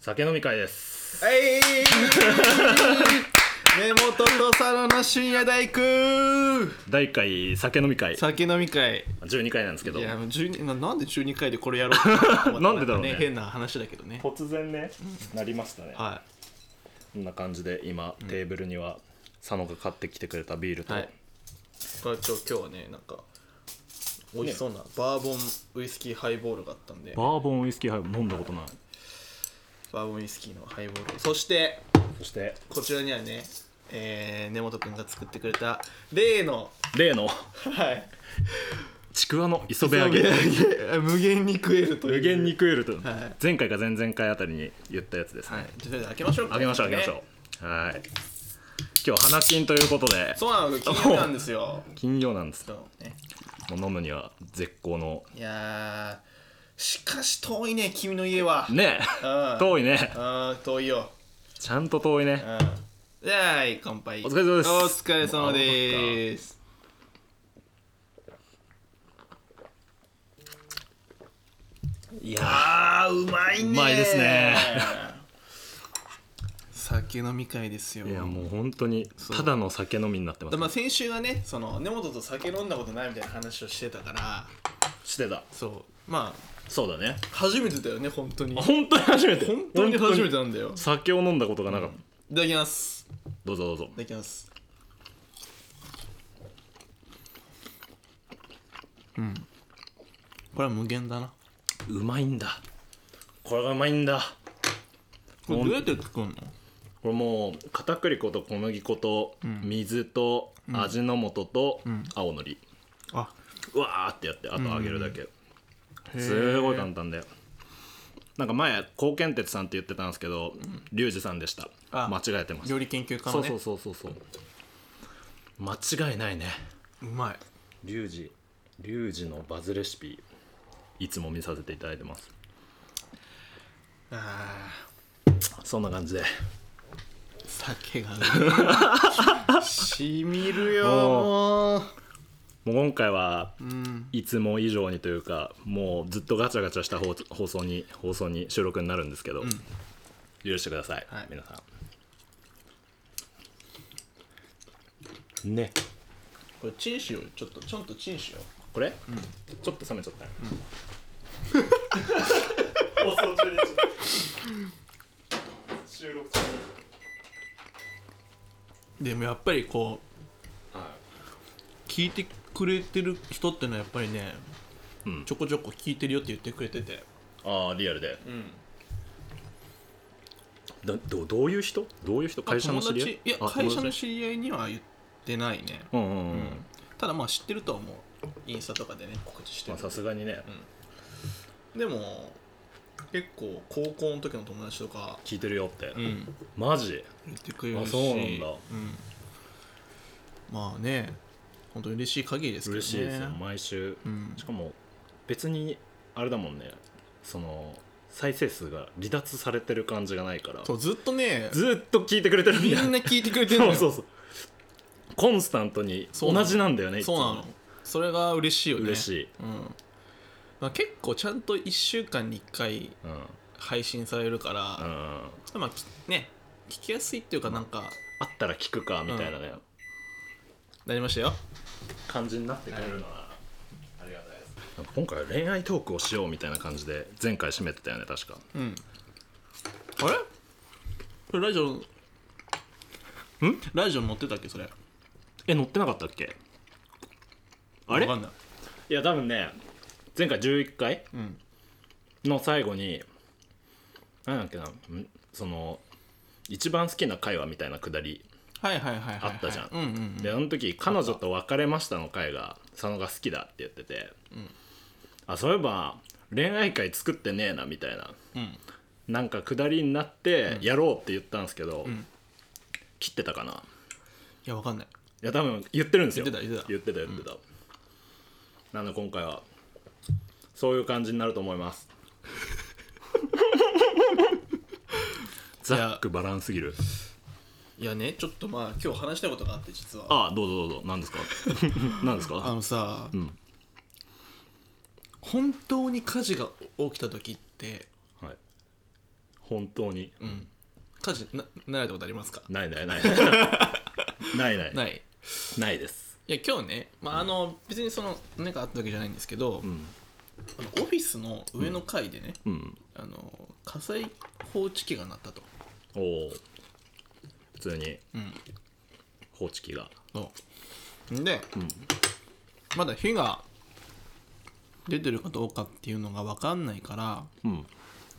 酒飲み会ですえい根本と佐野の深夜大工第1回酒飲み会酒飲み会12回なんですけいどやもう12ななんで12回でこれやろうって思ったなんでだろうね変な話だけどね突然ねなりましたねはこんな感じで今テーブルには佐野が買ってきてくれたビールいとはいこれちょ今日はねなんか美味しそうな、バーボンウイスキーハイボールがあったんでバーボンウイスキーハイボール飲んだことないバーボンウイスキーのハイボールそしてそしてこちらにはね、えー、根本くんが作ってくれた例の例のはいちくわの磯辺揚げ無限に食えるという無限に食えるとはい前回か前々回あたりに言ったやつですはねいじゃあとりあえず開けましょうかあげましょうあげましねょうはい今日花金ということでそうなの気になるんで すよ金曜なんですそうねもう飲むには絶好のいやーしかし遠いね君の家はねうえん遠いねあー遠いよちゃんと遠いねうんじゃあ乾杯お疲れ様ですお疲れ様ですいやあーうまいねうまいですね 酒飲み会ですよいやもう本当にただの酒飲みになってますだまあ先週はねその根本と酒飲んだことないみたいな話をしてたからしてたそうまあそうだね初めてだよね本当に本本当に初めて本当に初めてなんだよ酒を飲んだことがなかった、いただきますどうぞどうぞいただきますうんこれは無限だなうまいんだこれがうまいんだこれどうやって作るのこれもう片栗粉と小麦粉と水と味の素と青のり、あうわーってやってあと揚げるだけ、すごい簡単でなんか前貢献鉄さんって言ってたんですけどリュウジさんでしたあ間違えてます料理研究家そうのねそうそうそうそう間違いないねうまいリュウジリュウジのバズレシピいつも見させていただいてますあそんな感じでー酒がね しみるよもうもう今回はうんいつも以上にというかもうずっとガチャガチャした放放送に放送に収録になるんですけど、許してください、はい皆さんねこれチンしようよちょっとちょっとチンしようこれ、ちょっと冷めちゃった、放送中に収録中にでもやっぱりこはう聞いてくれてる人ってのはやっぱりね、うんちょこちょこ聞いてるよって言ってくれててああリアルでうんだどどういう人どういう人会社の知り合い友達いやあ会友社の達知り合いには言ってないね、うんうんうん、ただまあ知ってるとは思うインスタとかでね告知してまある、さすがにね、でも結構高校の時の友達とか聞いてるよって、うんマジ言ってくれるしあそうなんだうんまあね本当に嬉しい限りですけどね嬉しいですよ毎週、うんしかも別にあれだもんねその再生数が離脱されてる感じがないからそうずっとねずーっと聞いてくれてるんみんだよな聞いてくれてるのそよう そうそうコンスタントにそうな同のじなんだよねいつそうもなのそれが嬉しいよね嬉しい、うんまあ、結構ちゃんと1週間に1回うんうん配信されるから、あまあきね聞きやすいっていうかなんかったら聞くかみたいなね、なりましたよ感じになってくれるのは、ありがたいですなんか今回は恋愛トークをしようみたいな感じで前回締めてたよね確かうんあれこれラジオんラジオ持ってたっけそれえ乗ってなかったっけあれわかんないいや多分ね前回11回んの最後に、なんだっけなんその一番好きな回はみたいなくだり、はいはいはいはい、はい、あったじゃんうんうんであの時「彼女と別れました」の回が佐野が好きだって言ってて、あそういえば恋愛会作ってねえなみたいな、んなんかくだりになってやろうって言ったんですけど、ん切ってたかないやわかんないいや多分言ってるんですよ言ってた言ってた言ってた言ってたなので今回はそういう感じになると思います ざっくばらんすぎるいやねちょっとまあ今日話したいことがあって実はああどうぞどうぞ何ですか何ですあかのさ、ん本当に火事が起きた時ってはい本当に家事な習ったことありますかないないない ないないないないですいや今日ね、まあ、あの別にその何かあったわけじゃないんですけど、んあのオフィスの上の階でね、うんあの火災報知器が鳴ったと、おお普通にうん、放置機がそうで、まだ火が出てるかどうかっていうのが分かんないからうんと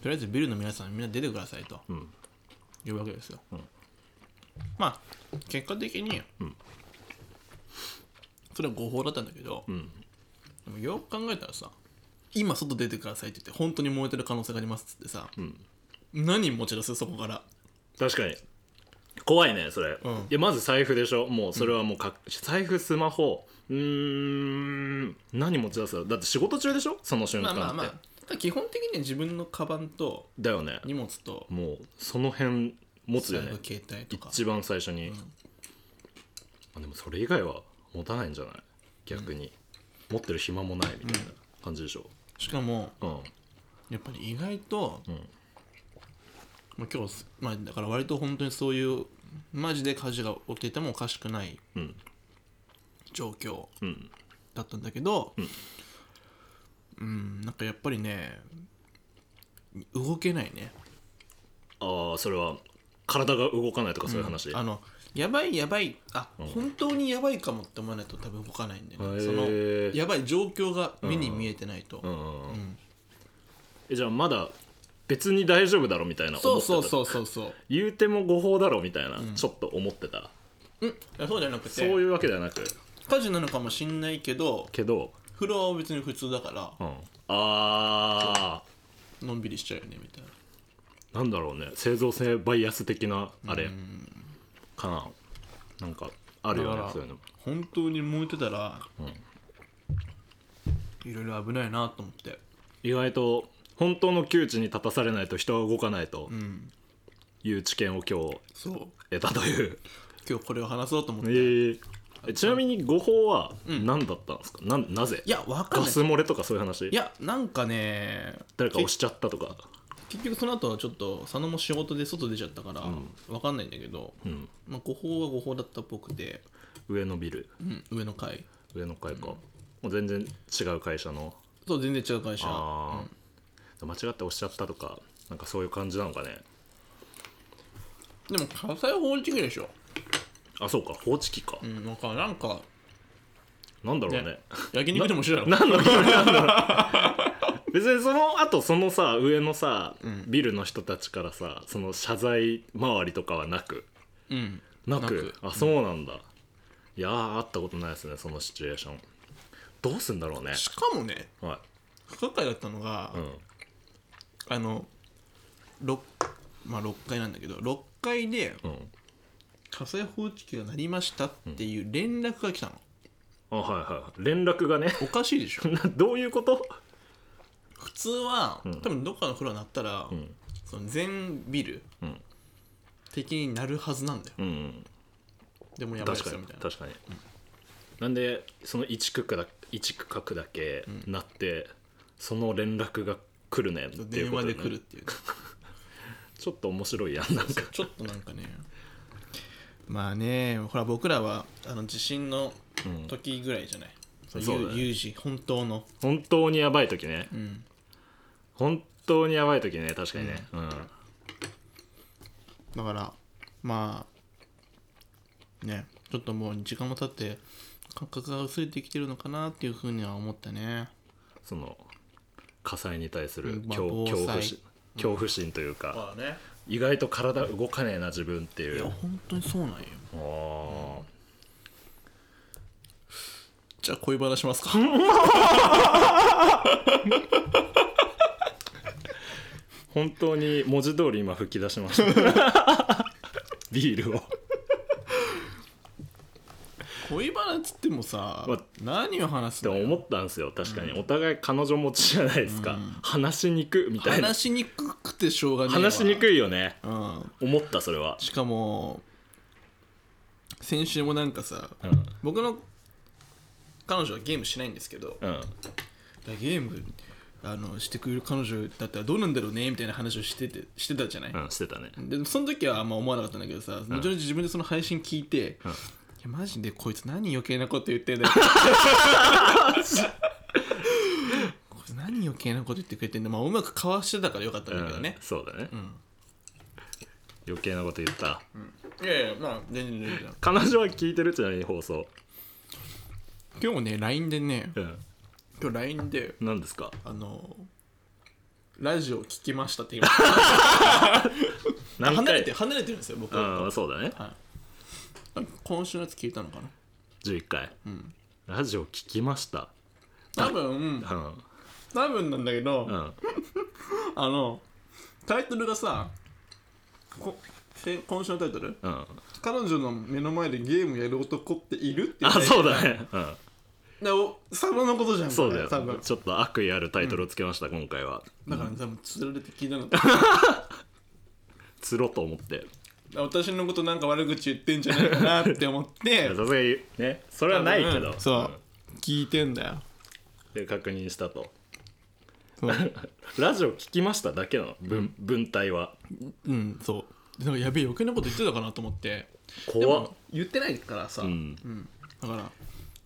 りあえずビルの皆さんみんな出てくださいとうんいうわけですよ、まあ結果的に、それは誤報だったんだけど、んでもよく考えたらさ今外出てくださいって言って本当に燃えてる可能性がありますっつってさ、何持ち出すそこから確かに怖いねそれ、うんいやまず財布でしょもうそれはもうか、財布スマホうーん何持ち出すだろうだって仕事中でしょその瞬ま間あって、まあまあただ基本的には自分のカバンとだよね荷物ともうその辺持つよ財ね布携帯とか一番最初に、あでもそれ以外は持たないんじゃない逆に、持ってる暇もないみたいな感じでしょしかもうん、やっぱり意外と、んまあ、今日す、まあ、だから割と本当にそういうマジで火事が起きててもおかしくないうん状況うんだったんだけどうん、なんかやっぱりね動けないねああそれは体が動かないとかそういう話、あのやばいやばいあ、本当にやばいかもって思わないと多分動かないんだよねへそのーやばい状況が目に見えてないと、うんえじゃあまだ別に大丈夫だろみたいな思ってそうたそうそうそうそう言うても誤報だろみたいな、ちょっと思ってたうんいやそうじゃなくそうていうわけではなく火事なのかもしんないけどけど、風呂は別に普通だからうん、あのんびりしちゃうよねみたいなーなんだろうね製造性バイアス的なあれかななんかあるよだかねらそういうのも本当に燃えてたら、いろいろ危ないなと思って意外と本当の窮地に立たされないと人は動かないという知見を今日そう得たという、今日これを話そうと思って、えーえちなみに誤報は何だったんですか、なん、なぜいやわかガんないス漏れとかそういう話いやなんかね誰か押けしちゃったとか結局その後はちょっと佐野も仕事で外出ちゃったから、わかんないんだけど、まあ、誤報は誤報だったっぽくて、上のビルうん上の階上の階か、もう全然違う会社のそう全然違う会社ああ、間違って押しちゃったとかなんかそういう感じなのかねでも火災報知器でしょあそうか放置機か、うんなんかなんかなんだろうねね焼肉でもしろよなんだろうねなんだろう別にその後そのさ上のさ、ビルの人たちからさその謝罪回りとかはなくうんなくなくあそうなんだ、いやー会ったことないですねそのシチュエーションどうすんだろうねしかもねは不可解だったのが、い、うん、あの 6, まあ6階なんだけど6階でうん火災報知器が鳴りましたっていう連絡が来たの、あはいはい連絡がねおかしいでしょな どういうこと普通は、多分どっかの風呂鳴ったら、んその全ビル、ん的になるはずなんだようんでもやばい確っすかよにみたいな確かに、なんでその1区画だ一区画だけなって、その連絡が来るねっていう電こ話とでで、来るっね、ていうちょっと面白いやんなんかちょっとなんかねまあねほら僕らはあの地震の時ぐらいじゃない、うんそうそうだね有事本当の本当にやばい時ね、本当にやばい時ね確かにね、うんだからまあねちょっともう時間も経って感覚が薄れてきてるのかなっていうふうには思ったねその火災に対するうんまあ恐,、防災恐怖心恐怖心というか、まあね意外と体動かねえな自分っていいうや本当にそうなんよあーじゃあ恋バナしますか本当に文字通り今吹き出しました ビールを 恋バナっつってもさまあ何を話すってのよ思ったんですよ確かに、お互い彼女持ちじゃないですか、話しにくみたいな話話しにくくてしょうがないしにい、くいよねうん、思ったそれはしかも先週もなんかさ、うん僕の彼女はゲームしないんですけどうんゲームあのしてくれる彼女だったらどうなんだろうねみたいな話をしててしてたじゃない、うんしてたねでその時はあんま思わなかったんだけどさ、後々自分でその配信聞いて、いやマジでこいつ何余計なこと言って んだよこいつ何余計なこと言ってくれてんだ、まあ、うまくかわしてたからよかったんだけどねうん、そうだね、余計なこと言った、いやいやまあ全然全然彼女は聞いてるちなみに放送今日ね LINE でねうん今日 LINE で何ですかあのラジオ聞きましたって今 何離れ回て離れてるんですよ僕は、うんそうだね今週のやつ聞いたのかな11回、ラジオ聞きました多分うん多分なんだけど、うん あのタイトルがさこえ今週のタイトルうん彼女の目の前でゲームやる男っているっていあタイトそうルだねうんでおサロンのことじゃんそうだよ多分ちょっと悪意あるタイトルをつけました、今回はだから、多分つられて聞いたのだか 釣ろうと思ってら私のことなんか悪口言ってんじゃないかなって思っいてやさすがにねそれはないけど、うんそう、聞いてんだよで確認したと そうラジオ聞きましただけなの文文体はうんそうなんかやべえ余計なこと言ってたかなと思ってで怖っも言ってないからさ、うん、だから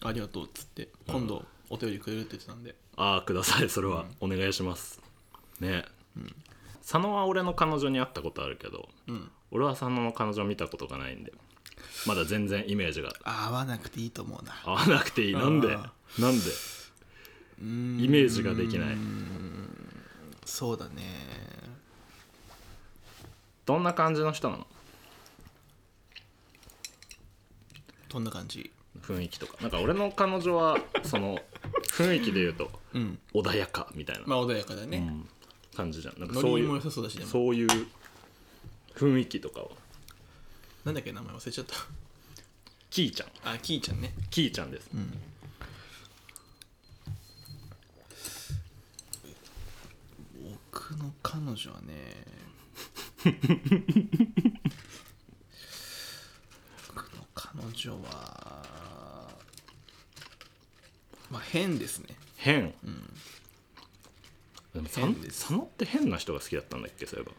ありがとうっつって今度お便りくれるって言ってたんで、ああくださいそれは、お願いしますね、佐野は俺の彼女に会ったことあるけど、俺は佐野の彼女を見たことがないんでまだ全然イメージが合わなくていいと思うな合わなくていいなんでなんであイメージができないそうだねどんな感じの人なのどんな感じ雰囲気とかなんか俺の彼女はその雰囲気で言うと、ん穏やかみたいなまあ穏やかだね、感じじゃんなんかノそうリいもう良さそうだしでもそういう雰囲気とかをなんだっけ名前忘れちゃったキーちゃんあキーちゃんねキーちゃんです、僕の彼女は ね僕の彼女はまあ変ですね変、でも変です佐野って変な人が好きだったんだっけそういえば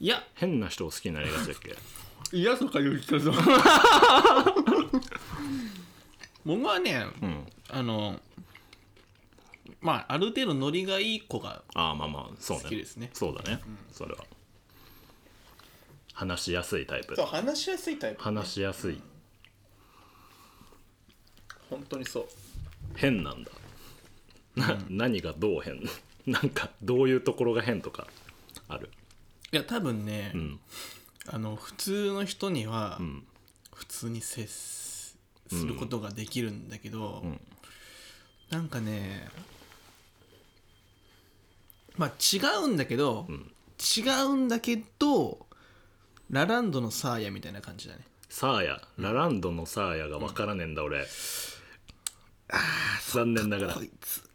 いや変な人を好きになりがちだっけいやとか言う人ぞ 僕はね、うんあのまあある程度ノリがいい子が ああまあまあそうね好きですねそうだね、それは話しやすいタイプ話しやすいタイプ話しやすい本当にそう変なんだな、何がどう変 なんかどういうところが変とかあるいや多分ね、んあの普通の人には、普通に接すすることができるんだけど、んなんかねまあ違うんだけど、違うんだけどラランドのサーヤみたいな感じだねサーヤラランドのサーヤが分からねえんだ俺、残念ながらこいつ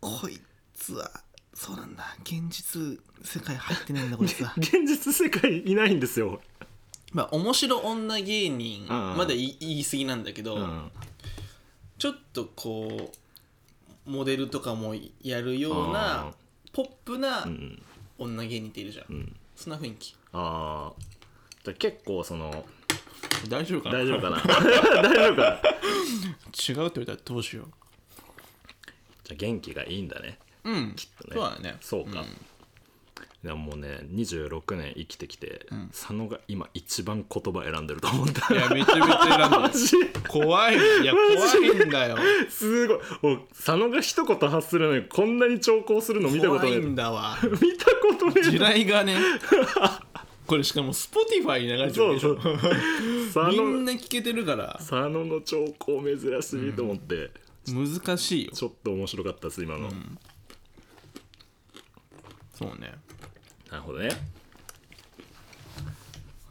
こいつはそうなんだ現実世界入ってないんだこ いつは現実世界いないんですよ、まあ面白女芸人うんうんまだ言い言い過ぎなんだけど、うん、ちょっとこうモデルとかもやるようあーなポップなん女芸人っているじゃん、そんな雰囲気ああじゃあ結構その大丈夫か大 丈夫かな大丈夫かな違うって言われたらどうしよじゃあ元気がいいんだねううんとそうだねそうか、でももうね26年生きてきて、佐野が今一番言葉選んでると思った いやめちゃめちゃ選んだよ怖いいや怖いんだよすごいお佐野が一言発するのにこんなに長考するの見たこと怖ないいんだわ見たことない地雷が ねこれしかも Spotify に流れてるそでうしそょう佐みん野な聞けてるから佐野の長考珍しいと思って、難しいよちょっと面白かったです今の、そうねなるほどね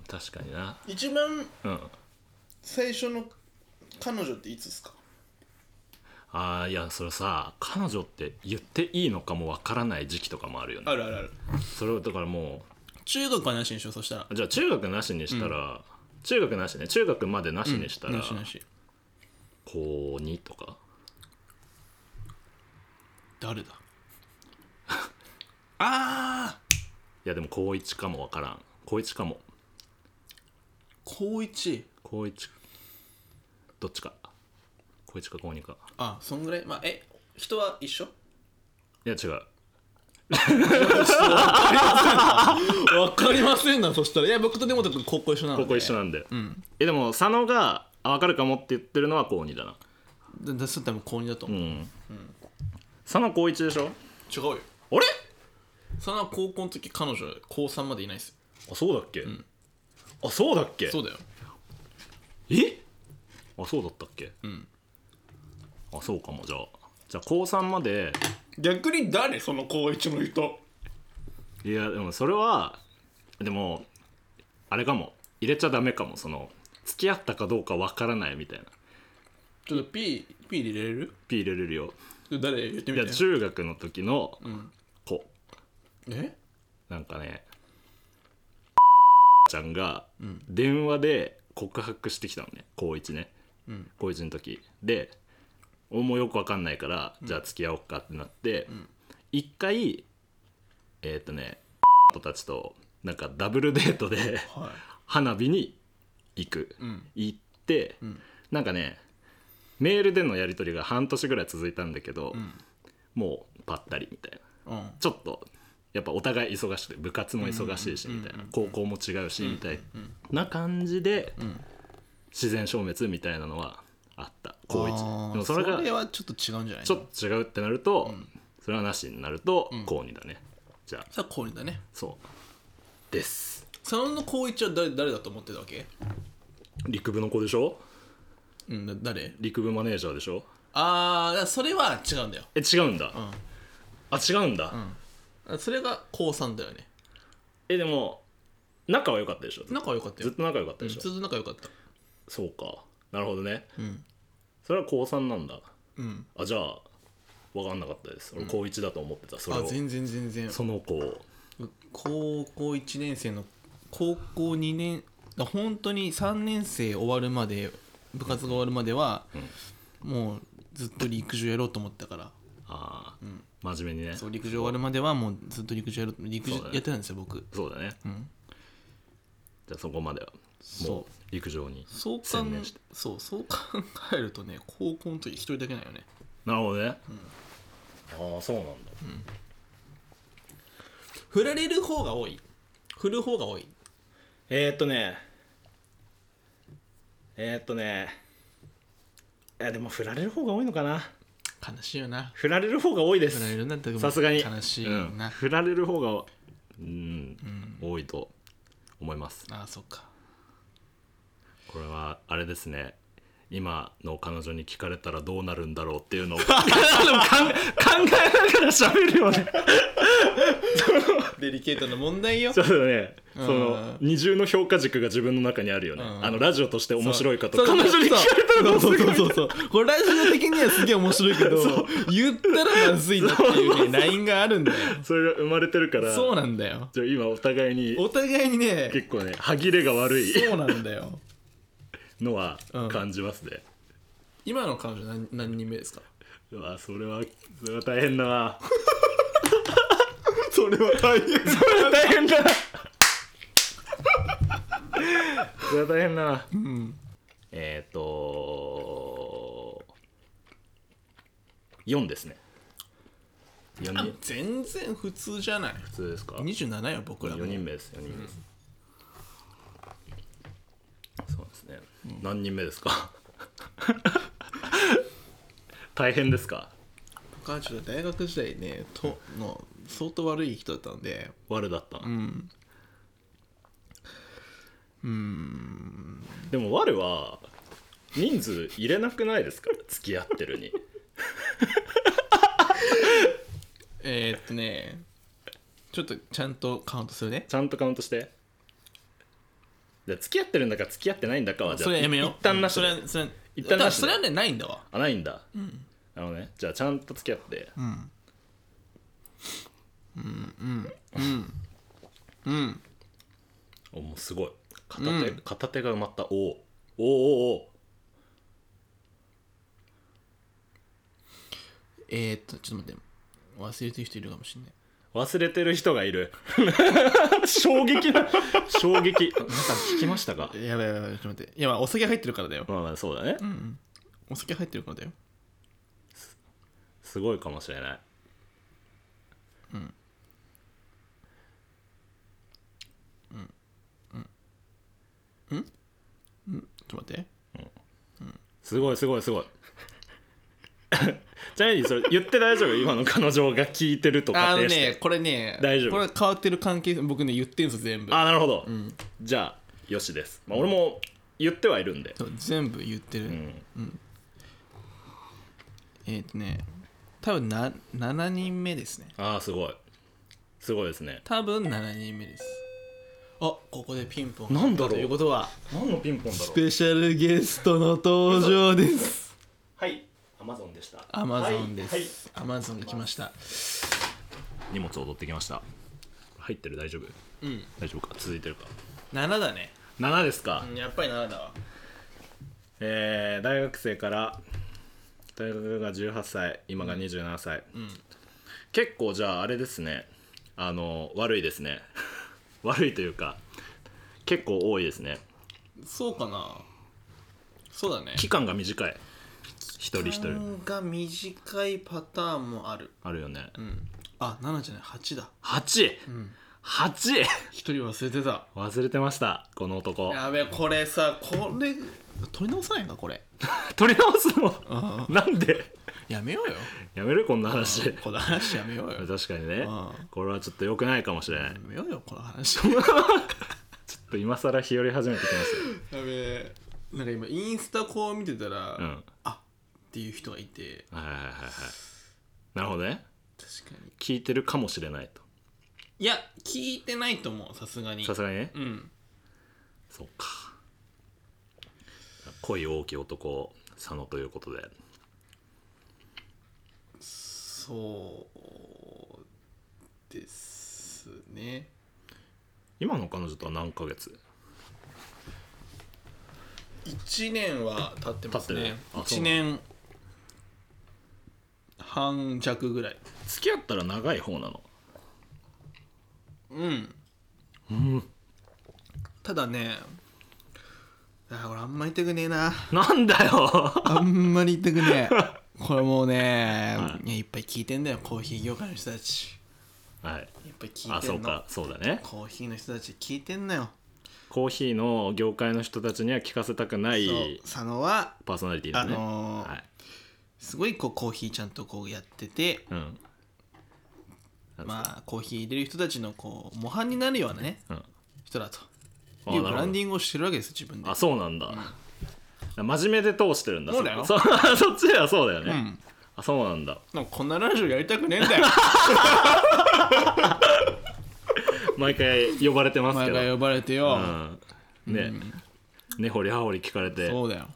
確かにな一番うん最初の彼女っていつですかあーいやそれさ彼女って言っていいのかもわからない時期とかもあるよねあるあるあるそれをだからも中学はなしにしようそしたらうじゃあ中学なしにしたら、中学なしね中学までなしにしたら、なしなし高2とか誰だ ああいやでも高一かもわからん高一かも高一高一どっちか高一か高二かあそんぐらいまあえ人は一緒いや違うわかりませんなそしたらいや僕と根本君高校一緒なの高校一緒ななんで、えでも佐野が「あ分かるかも」って言ってるのは高二だなだだそれ多分高2だとう思う、ん、佐野高一でしょ違うよあれその高校の時彼女高3までいないっすよあそうだっけ、あそうだっけそうだよえあそうだったっけんあそうかもじゃあじゃあ高3まで逆に誰その高1の人いやでもそれはでもあれかも入れちゃダメかもその付き合ったかどうかわからないみたいなちょっと P, P 入れれる P 入れれるよ誰言っていみやて中学の時のん子、えなんかねちゃんが電話で告白してきたのね高1ね、ん高1の時で俺もよくわかんないから、じゃあ付き合おうかってなって一、回えっ、とね子たちとなんかダブルデートでは花火に行く、いうん行って、んなんかねメールでのやり取りが半年ぐらい続いたんだけど、んもうぱったりみたいなうんちょっとやっぱお互い忙しくて部活も忙しいしみたいな高校も違うしみたいな感じで自然消滅みたいなのはあった高一あーでもそれがそれちはちょっと違うんじゃないょっと違うってなるとそれはなしになると高二だねじゃあさあ高2だねそうです佐野の高1は誰誰だと思ってたわけ陸部の子でしょうんだ誰陸部マネージャーでしょああだからそれは違うんだよえ違うんだあ違うんだあそれが高3だよねえでも仲は良かったでしょずっと仲は良かったずよっと仲良かったでしずょっと仲良かったそうかなるほどねうんそれは高3なんだうんあじゃあ分かんなかったです俺高1だと思ってた、それあを全然全然その子を高校1年生の高校2年あ本当に3年生終わるまで部活が終わるまでは、もうずっと陸上やろうと思ったからああ、真面目にねそそうう陸上終わるまではもうずっと陸上やろうと陸上そうだねやってたんですよ、僕だね、じゃあそこまではもそう陸上にうそう考専念してそうそう考えるとね高校の時一人だけなんよねなるほどね、ああそうなんだ、振られる方が多い振る方が多いえー、っとねえー、っとねいやでも振られる方が多いのかな悲しいよな振られる方が多いで振られるすんだったらさすがに悲しいうんな、振られる方がうん、多いと思いますああそっか これはあれですね今の彼女に聞かれたらどうなるんだろうっていうのを考えながら喋るよねデリケートな問題よちょっとね そうんの二重の評価軸が自分の中にあるよねうんあのラジオとして面白いかとそう彼女に聞かれたらどうすそうるそうそうそうそうこれラジオ的にはすげえ面白いけど言ったらまずいなっていうねラインがあるんだよそれが生まれてるからそうなんだよじゃあ今お互いにお互いにね結構ね歯切れが悪いそうなんだよのはうん感じますね、今の彼女何何人目ですかうわそれはそれは大変だなそれは大変それは大変だなそれは大変だなうんえっ、ー、と4ですね。4人全然普通じゃない普通ですか27よ僕らも ?4 人目です、4人目です。そうですね。何人目ですか 大変ですか僕はちょっと大学時代ねとの相当悪い人だったんで悪だった、うんでも悪は人数入れなくないですか付き合ってるに。えー、っとねちょっとちゃんとカウントするねちゃんとカウントして。じゃあ付き合ってるんだか付き合ってないんだかはじゃあそれやめよう一旦なしそでれはそれは一旦なしでだからそれはねないんだわあないんだ、あのねじゃあちゃんと付き合ってうんうんうんうんおもうすごい片手、片手が埋まったおおおおおえー、っとちょっと待って忘れてる人いるかもしんない忘れてる人がいる 衝撃だ衝撃皆さん聞きましたかやばいやばいやばいちょっと待っていやまあお酒入ってるからだよまあまあそうだねうんうんお酒入ってるからだよすごいかもしれないちょっと待ってすごいすごいす ごいちなみにそれ言って大丈夫今の彼女が聞いてるとあ仮の定しねてこれね大丈夫これ変わってる関係僕ね言ってんすよ全部あなるほど、じゃあよしです、まあ、俺も言ってはいるんで、そう全部言ってる、うん、えっ、とね多分な7人目ですねああすごいすごいですね多分7人目ですあここでピンポンなんだろうということは何のピンポンだスろうペシャルゲストの登場 ですはいアマゾンでしたアマゾンですアマゾンが来ました荷物を取ってきました入ってる大丈夫うん大丈夫か続いてるか7だね7ですか、うんやっぱり7だわえー大学生から大学が18歳今が27歳、結構じゃああれですねあの悪いですね 悪いというか結構多いですねそうかなそうだね期間が短い一人一時人間が短いパターンもあるあるよね、うんあ7じゃない8だ八ん八 8! 1人忘れてた忘れてましたこの男やべえこれさこれ取り直さないかこれ取り直すのあなんでやめようよやめるこんな話 この話やめようよ 確かにねうんこれはちょっと良くないかもしれないやめようよこの話ちょっと今更日和始めてきますよやべえなんか今インスタこう見てたら、うんはいあっていう人がいてはいはいはいなるほどね確かに聞いてるかもしれないといや聞いてないと思うさすがにさすがにねうんそっか恋大きい男佐野ということでそうですね今の彼女とは何ヶ月1年は経ってます経ってねるあそう1年半弱ぐらい付き合ったら長い方なのうんうんただねあーこれあんまり言いたくねえななんだ よあんまり言いたくね えこれもうね、、はいやいっぱい聞いてんだよコーヒー業界の人たちはいやっぱり聞いてんのあそうかそうだねコーヒーの人たち聞いてんのよコーヒーの業界の人たちには聞かせたくなそうい佐野はパーソナリティだね、あのーはいすごいこうコーヒーちゃんとこうやっててうんまあコーヒー入れる人たちのこう模範になるようなねうん人だとあないうブるほどランディングをしてるわけです自分であそうなんだ、真面目で通してるんだそうだよそ そっちではそうだよね、うんあそうなんだなんかこんなラジオやりたくねえ んだよ毎回呼ばれてますけ前どが呼ばれてよ、うん、ね、ねほりはほり聞かれてそうだよ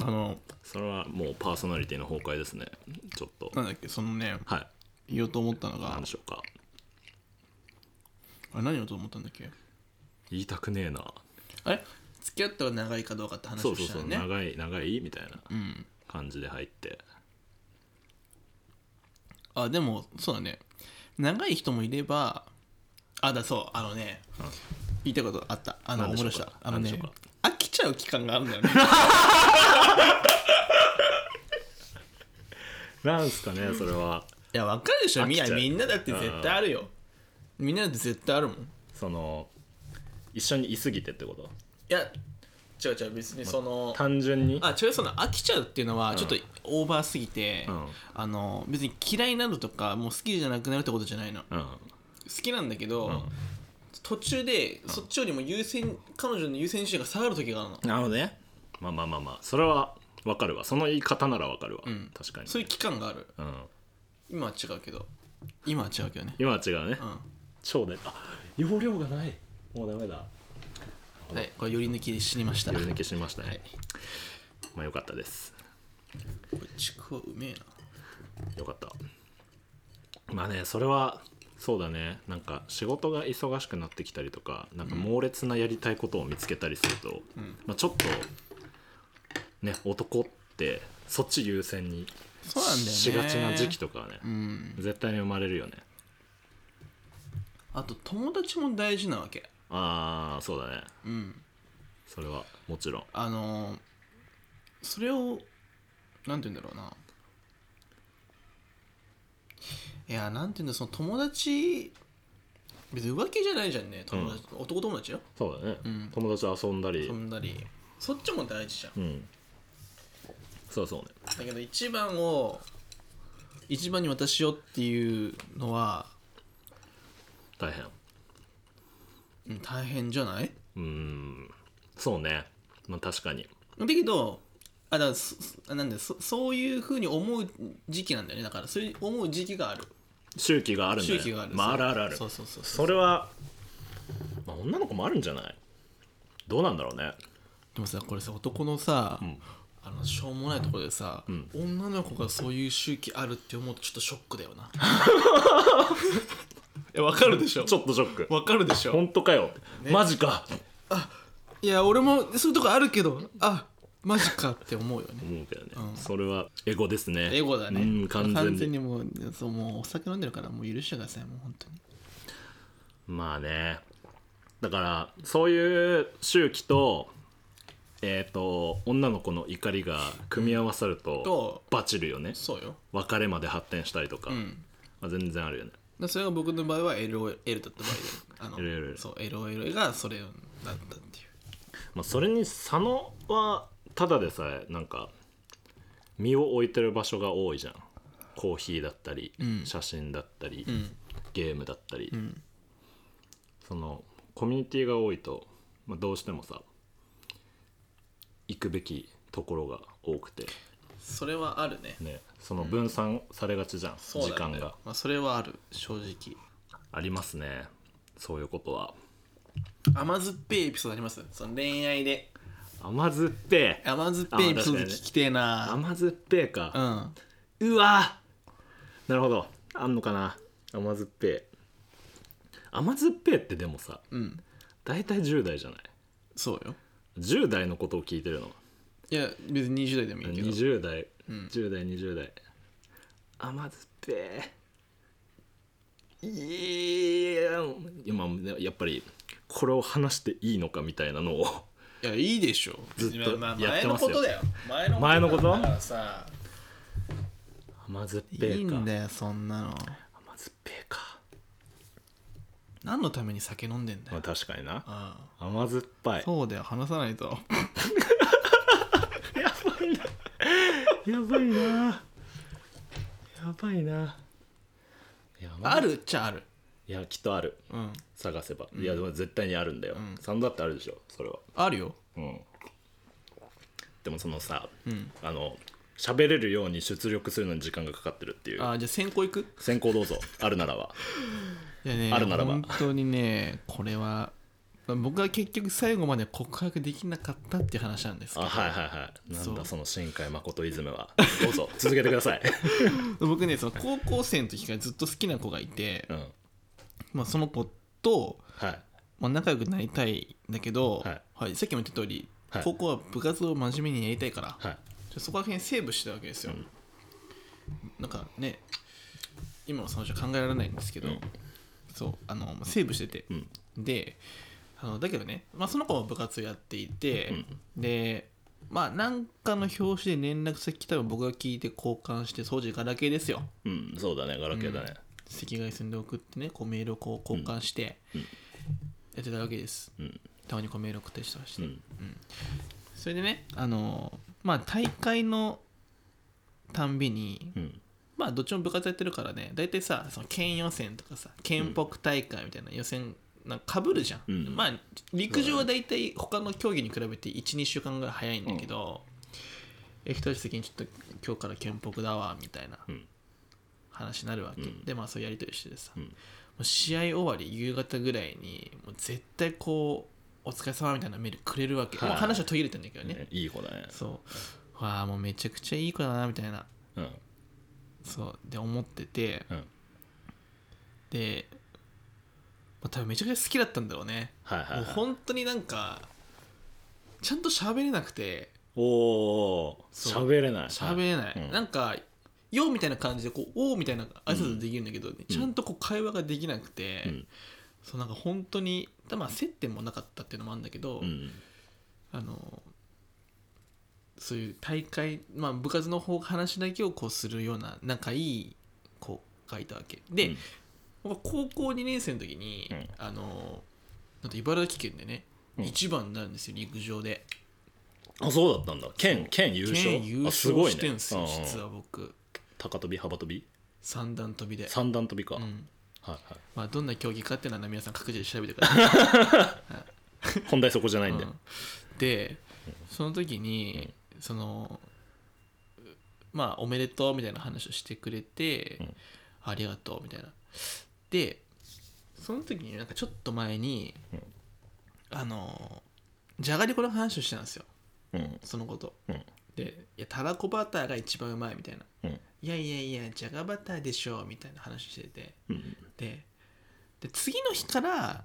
あのそれはもうパーソナリティの崩壊ですねちょっとなんだっけそのねはい言おうと思ったのが何でしょうかあれ何をと思ったんだっけ言いたくねえなあれ付き合ったら長いかどうかって話そをうそうしたそようね長い長いみたいなうん感じで入ってあでもそうだね長い人もいればあだそうあのね、言いたいことあったあの何で思しいょう出かしたあの何でねしょう飽きちゃう期間があるんだよ ねなんすかねそれはいやわかるでし飽ょきみんちゃなうみんなだって絶対あるよみんなだって絶対あるもんいその一緒にいすぎてってことや違う違う別にその単純にあ違うその飽きちゃうっていうのはちょっとオーバーすぎて、うんあの別に嫌いになるとかもう好きじゃなくなるってことじゃないのうん好きなんだけど、ん途中でそっちよりも優先彼女の優先順位が下がる時があるのなるほどねまあまあまあまあそれはわかるわその言い方ならわかるわ、ん確かにそういう期間があるうん、今は違うけど今は違うけどね今は違うね、う超であ容量がないもうダメだんはいこれより抜きで死にました寄こり抜けしましたね、はいまあよかったですれちくわうめえなよかったまあねそれはそうだねなんか仕事が忙しくなってきたりとかなんか猛烈なやりたいことを見つけたりすると、まあ、ちょっとね男ってそっち優先にそうなんだよねしがちな時期とかはね、うん絶対に生まれるよねあと友達も大事なわけああそうだねうんそれはもちろんあのーそれをなんて言うんだろうないやなんて言うんだその友達別に浮気じゃないじゃんね友達、男友達よそうだね、うん友達と遊んだりそんなりそっちも大事じゃんうんそうそうねだけど一番を一番に渡しようっていうのは、大変うん、大変じゃないうーんそうねまあ確かにだけどあだからそそなんだそそういうふうに思う時期なんだよねだからそういう思う時期がある周期があるんだよ周期があるまあ、あそうるあるあるそうそうそうそそうれは、まあ、女の子もあるんじゃないどうなんだろうねでもさこれさ男のさ、んあのしょうもないところでさ、女の子がそういう周期あるって思うとちょっとショックだよな えわかるでしょちょっとショックわかるでしょ本当かよ、マジかいや俺もそういうとこあるけどあマジかって思うよね思うけどね、それはエゴですねエゴだねうん完全にもうそうもうお酒飲んでるからもう許してくださいもう本当にまあねだからそういう周期とえっ、と女の子の怒りが組み合わさるととバチるよねそうよ別れまで発展したりとか、んまあ、全然あるよねでそれが僕の場合は LOL だった場合であの LOL そう LOL がそれだったっていうまあ、それに佐野はただでさえなんか身を置いてる場所が多いじゃんコーヒーだったり、写真だったり、ゲームだったり、そのコミュニティが多いと、まあ、どうしてもさ行くべきところが多くて、それはあるねね、その分散されがちじゃん、そう時だよ間ねがまあ、それはある正直ありますねそういうことは甘酸っぱいエピソードありますその恋愛で甘酸っぱい甘酸っぱいエピソード聞きてえな、甘酸っぱいか、うんうわなるほどあんのかな甘酸っぱい甘酸っぱいってでもさうん大体10代じゃないそうよ10代のことを聞いてるのいや別に20代でもいいけど20代、ん10代20代甘酸っぱいいや今やっぱりこれを話していいのかみたいなのをいやいいでしょずっと別にまあまあやってますよ前のことだよ前の前のことだからさ甘酸っいぱいかいんだよそんなの甘酸っぱいか、何のために酒飲んでんだまあ、よ、確かになああ甘酸っぱいそうだよ話さないとやばいな。やばいな。やばいな。いやまあるっちゃあるいや、きっとある。うん探せば。いや、でも絶対にあるんだよ。サンドだってあるでしょ、それは。あるようん。でもそのさ、うんあの、喋れるように出力するのに時間がかかってるっていう。あじゃあ先行行く先行どうぞ、あるなら は。いやねあるならば本当にねこれは僕は結局最後まで告白できなかったっていう話なんですけあ、どはいはいはい。なそんだうその新海誠イズムは。どう ぞ、続けてください。僕ねその高校生の時からずっと好きな子がいて、うん。まあ、その子と、はい。まあ、仲良くなりたいんだけど、はいさっきも言った通り、はい高校は部活を真面目にやりたいから、はい。ちょそこら辺セーブしてたわけですよ、なんかね今のその人考えられないんですけど、うんそうあのまあセーブしてて、うん。であのだけどね、まあ、その子も部活をやっていて、でまあなんかの表紙で連絡先多分僕が聞いて交換して当時ガラケーですようん、そうだね、ガラケーだね。赤外線で送ってねこうメールをこう交換してやってたわけです、んたまにこうメール送ったりしてましうて、ん。それでねあのまあ大会のたんびにうん。まあどっちも部活やってるからね大体さその県予選とかさ県北大会みたいな予選なんかぶるじゃん、うんまあ陸上は大体他の競技に比べて12週間ぐらい早いんだけど、え人たち的にちょっと今日から県北だわみたいなうん話になるわけ、でまあそうやり取りしててさ、んもう試合終わり夕方ぐらいにもう絶対こうお疲れ様みたいなメールくれるわけ、はいもう話は途切れてんだけどねねいい子だね。そうわあもうめちゃくちゃいい子だなみたいなうん。そうで思っててうん。で、まあ、多分めちゃくちゃ好きだったんだろうね、はいはい、もうはい。本当になんかちゃんと喋れなくておお、そう喋れない。喋れない、うんなんかよみたいな感じでこうおーみたいな挨拶できるんだけど、ちゃんとこう会話ができなくて、うんそうなんか本当にたまあ接点もなかったっていうのもあるんだけど、うんあのそういう大会、まあ、部活の方話だけをこうするような仲いい子がいたわけで、うん僕は高校2年生の時に、うんあのなんと茨城県でね、うん一番なんですよ陸上であそうだったんだ県県優勝県優あす勝ごいしてねんすよ、うんうん実は僕高跳び幅跳び三段跳びで、三段跳びか、うはいんはいまあ、どんな競技かっていうのは皆さん各自で調べてください本題そこじゃないんで、うんでその時に、そのまあおめでとうみたいな話をしてくれて、うんありがとうみたいなでその時になんかちょっと前に、うんあのじゃがりこの話をしてたんですようんそのことうんでいやたらこバターが一番うまいみたいなうんいやいやいやじゃがバターでしょみたいな話しててうんでで次の日から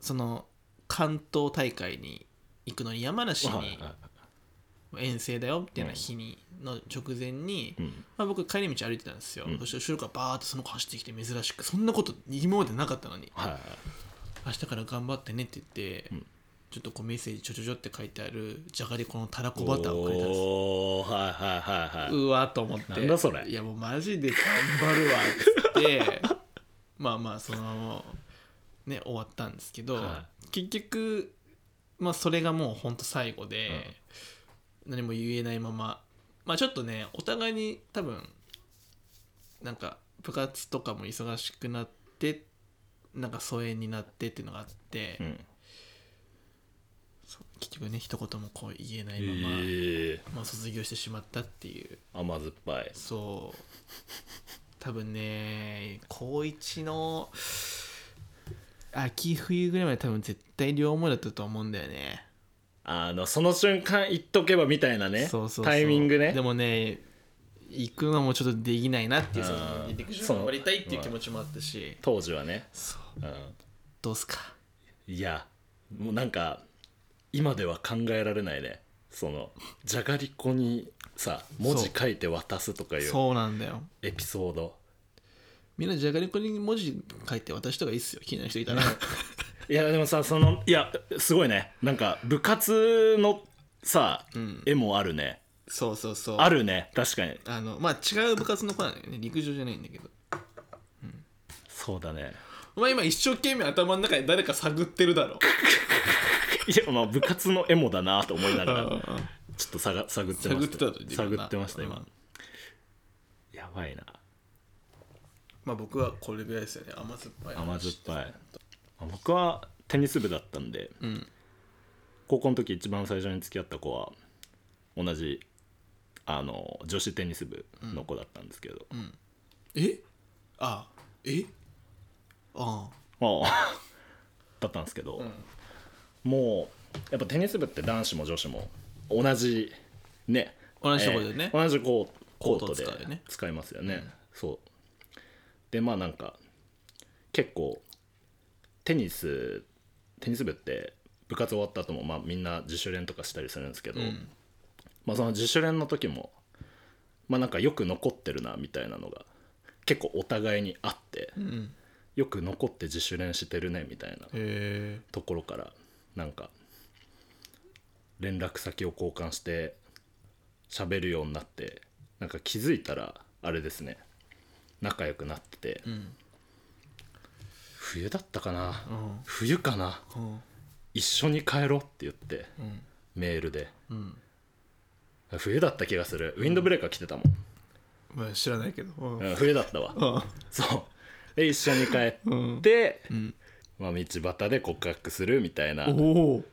その関東大会に行くのに山梨はいにはい遠征だよっていうような日に、の直前に、うんまあ、僕帰り道歩いてたんですよ、うんそして後ろからバーッとその子走ってきて珍しくそんなこと今までなかったのにはいはい明日から頑張ってねって言って、うんちょっとこうメッセージちょちょちょって書いてあるじゃがりこのたらこバターをくれたんですよおーはいはいはいはうわと思ってなんだそれいやもうマジで頑張るわっつって まあまあそのままね終わったんですけど、は結局まあそれがもうほんと最後で、何も言えないまままあちょっとねお互いに多分なんか部活とかも忙しくなってなんか疎遠になってっていうのがあって、い、うんそう結局ね一言もこう言えないまま、ええまあ、卒業してしまったっていう甘酸っぱいそう多分ね高1の秋冬ぐらいまで多分絶対両思いだったと思うんだよねあのその瞬間言っとけばみたいなねそうそうそうタイミングねでもね行くのもちょっとできないなっていうそのうん陸上そう頑張りたいっていう気持ちもあったし当時はね、そううん、どうすかいやもうなんか今では考えられないねそのじゃがりこにさ文字書いて渡すとかいうそうなんだよエピソードみんなじゃがりこに文字書いて私とかいいっすよ気になる人いたらいやでもさそのいやすごいねなんか部活のさ、ん絵もあるね そうそうそうあるね確かにあのまあ違う部活の子なんだよね陸上じゃないんだけどそうだねお前今一生懸命頭の中で誰か探ってるだろいやまあ部活の絵もだなと思いながらうんちょっと探探ってま探しってたたの自分な探ってました今、うんやばいなまあ僕はこれぐらいですよね甘酸っぱい甘酸っぱい僕はテニス部だったんで、ん高校の時一番最初に付き合った子は同じあの女子テニス部の子だったんですけど、えあえあまあ だったんですけど、もうやっぱテニス部って男子も女子も同じね同じとこでね同じこうコートでコート使うよね使いますよねそうでまあなんか結構テニステニス部って部活終わった後もまあみんな自主練とかしたりするんですけど、うんまあ、その自主練の時もまあなんかよく残ってるなみたいなのが結構お互いにあって、うんよく残って自主練してるねみたいなへえところからなんか連絡先を交換して喋るようになってなんか気づいたらあれですね仲良くなってて、ん冬だったかな、うん冬かなうん一緒に帰ろうって言ってうんメールでうん冬だった気がするウィンドブレーカー着てたもまあ知らないけどうんん、うん、冬だったわそうで一緒に帰って、んまあ、道端で告白するみたいなおお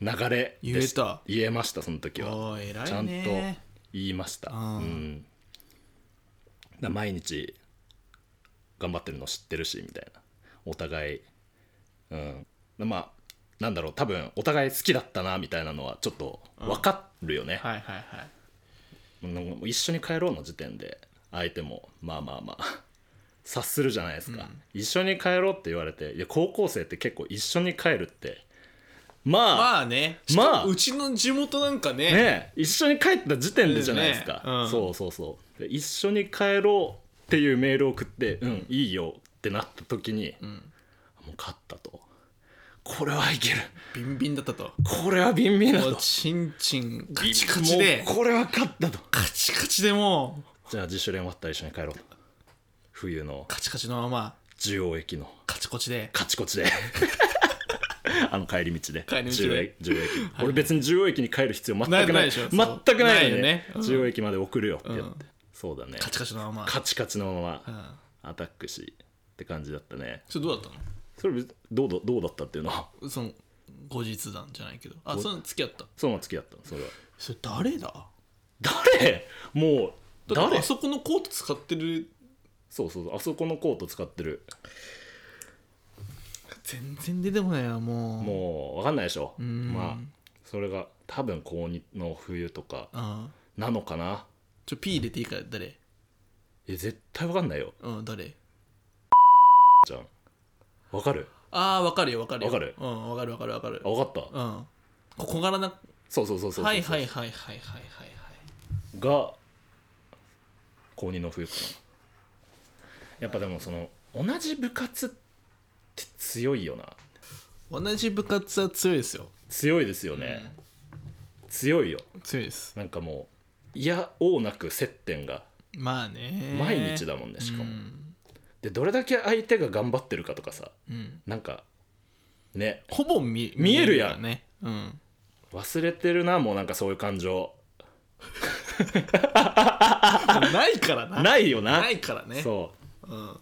流れ言えた言えましたその時はああ偉ちゃいんと言ねいました、んうん、だ毎日頑張ってるの知ってるしみたいなお互い、うん、まあなんだろう多分お互い好きだったなみたいなのはちょっと分かるよね、はいはいはいなんかもう一緒に帰ろうの時点で相手もまあまあまあ 察するじゃないですか、一緒に帰ろうって言われていや高校生って結構一緒に帰るってまあ、まあねまあまあうちの地元なんかねねえ一緒に帰った時点でじゃないですか、うんそうそうそう一緒に帰ろうっていうメールを送って「うんいいよ」ってなった時に、んもう勝ったとこれはいけるビンビンだったと これはビンビンだもうとチンチンカチカチでもうこれは勝ったとカチカチでもうじゃあ自主練終わったら一緒に帰ろうと冬のカチカチのまま中央駅のカチコチでカチコチ であの帰り道で帰り道で中央駅中央駅俺別に中央駅に帰る必要全くないないないでしょそう全くないよねないよねうん中央駅まで送るよってやって、うんそうだねカチカチのままカチカチのまま、うんアタックしって感じだったねそれどうだったそれどうだどうだった っていうのはのその後日談じゃないけどあその付き合ったそのまま付き合ったのそれはそれ誰だ誰もうだって誰あそこのコート使ってるそうそうそうあそこのコート使ってる全然出てこないなもうもう分かんないでしょんまあそれが多分高2の冬とかああなのかなちょ P 入れていいから誰え絶対分かんないようん誰じゃん分かるああ分かるよ分かるよわかるうん分かる分かる分かるあ分かったうんこ小柄なはそうそうそうそうそういはいはいはいはいはいはいが高2の冬かなやっぱでもその同じ部活って強いよな同じ部活は強いですよ強いですよね、強いよ強いですなんかもういやおうなく接点がまあね毎日だもんね、しかも、うんでどれだけ相手が頑張ってるかとかさうんなんかねほぼ見見えるやん見からねうん忘れてるなもうなんかそういう感情ないからなないよなないからねそうん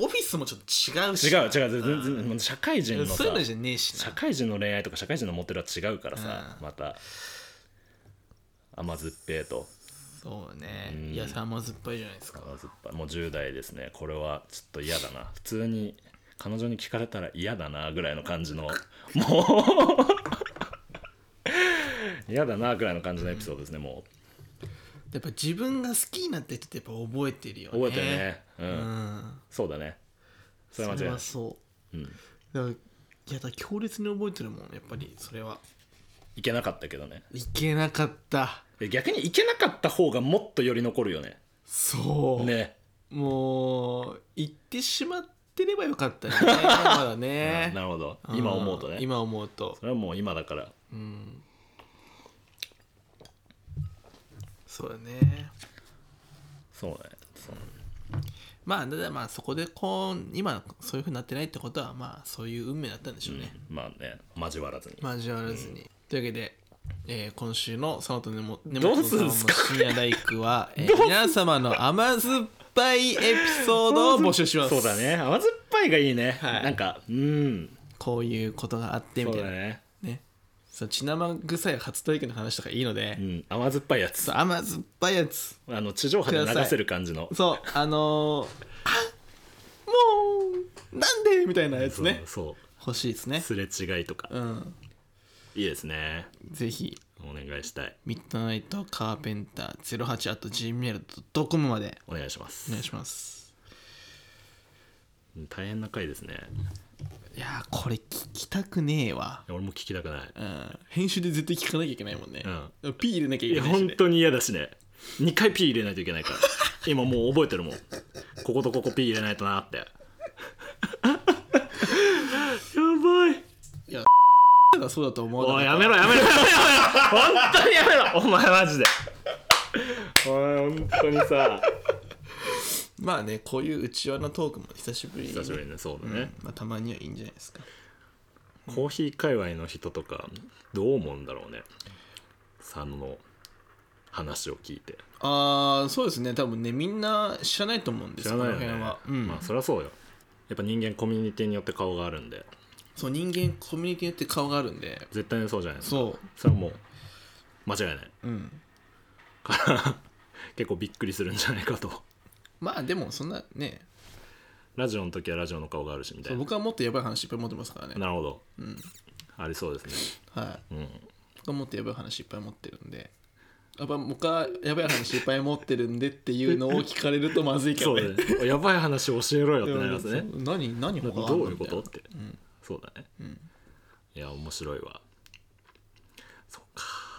オフィスもちょっと違ううし違う違う全然全然社会人のさそういうのじゃねえし社な会人の恋愛とか社会人のモテるは違うからさ、また甘酸っぱいとそうねいやさ甘酸っぱいじゃないですか甘酸っぱいもう10代ですねこれはちょっと嫌だな普通に彼女に聞かれたら嫌だなぐらいの感じのもう 嫌だなぐらいの感じのエピソードですねもやっぱ自分が好きになった人ってやっぱ覚えてるようね覚えてるねうん、うんそうだねそそれは間違れいないはそううんだからいやだから強烈に覚えてるもんやっぱりそれはいけなかったけどねいけなかったで逆にいけなかった方がもっとより残るよねそう、ねもう行ってしまってればよ かったねまだねなるほど今思うとねん今思うとそれはもう今だからうんそうだねそうねそうねまあただまあそこでこう今そういうふうになってないってことはまあそういう運命だったんでしょうね、 まあね交わらずに、交わらずに、というわけで、えー今週の「佐野と根本根ど本うすさんんのすか深夜大 工は」えー皆様の甘酸っぱいエピソードを募集します そうだね甘酸っぱいがいいね、はいなんかうんこういうことがあってそみうただいなねね、そう血生臭い初体験の話とかいいので、うん、甘酸っぱいやつそう甘酸っぱいやつあの地上波で流せる感じのそう あのー、あもうなんでみたいなやつねそう欲しいですそうねすれ違いとか、うんいいですねぜひお願いしたいミッドナイトカーペンター08 at gmail.com までお願いしますお願いしますうん大変な回ですねいやーこれ聞きたくねえわ、俺も聞きたくないうん、編集で絶対聞かなきゃいけないもんね、ピー入れなきゃいいけやないし、本ね、当に嫌だしね2回 P 入れないといけないから今もう覚えてるもんこことここ P 入れないとなって やばいだからそうだと思わおいやなかっめろやめろやめろやめろ本当にやめろお前マジでおい本当にさたまあねこういう内輪のトークも久しぶりにね、久しぶりにねそうだうねん、まあ、たまにはいいんじゃないですかコーヒー界隈の人とかどう思うんだろうねさんの話を聞いてああそうですね多分ねみんな知らないと思うんで知すらないよこのね辺は、うんまあそりゃそうよやっぱ人間コミュニティによって顔があるんでそう人間コミュニティによって顔があるんで絶対にそうじゃないですかそそれはもう間違いない、んから結構びっくりするんじゃないかとうまあでもそんなねラジオの時はラジオの顔があるしみたそういな僕はもっとやばい話いっぱい持ってますからねなるほど、ありそうですはいね、僕はもっとやばい話いっぱい持ってるんでやっぱ僕はやばい話いっぱい持ってるんでっていうのを聞かれるとまずういん、けそどうねだねやばい話教えろよってなりますねうん何何なんか他あどんのういうことみったて、そうだね、いや面白いわい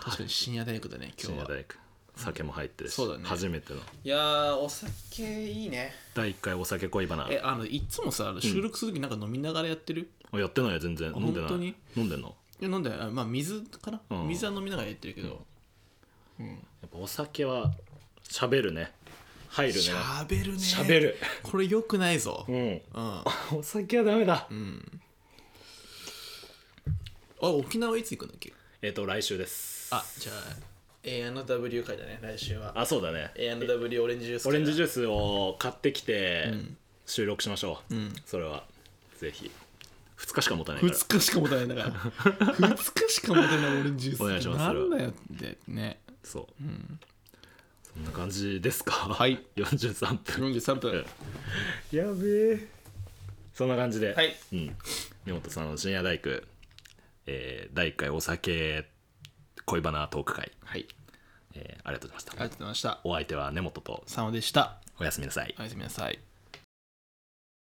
な確かに深夜大工だね今深日夜は大工酒も入ってるし、そうだね初めてのいやーお酒いいね第1回お酒恋バナえあのいつもさ収録する時なんか飲みながらやってる、あやってないよ全然あ飲んでない本当に飲んでんのいや飲んでないあまあ水かな、うん水は飲みながらやってるけどやっぱお酒は喋るね入るねしゃべるね喋るこれよくないぞううんん あお酒はダメだ、沖縄いつ行くんだっけえっ、と来週ですあじゃあ A&W 会だね来週はあそうだね A&W オレンジジュースオレンジジューュースを買ってきて収録しましょう、んそれはぜひ2日しか持たないから2日しか持たないんだから2日しか持たないオレンジジュースお願いしますなんだよってねそう、そんな感じですかはい43分43分やべえそんな感じでははいうん、根本さんの深夜大工、えー第1回お酒恋バナトーク会、はいえーありがとうございまありがとしうございましたたお相手は根本と佐野でしたおやすみなさいおやすみなさい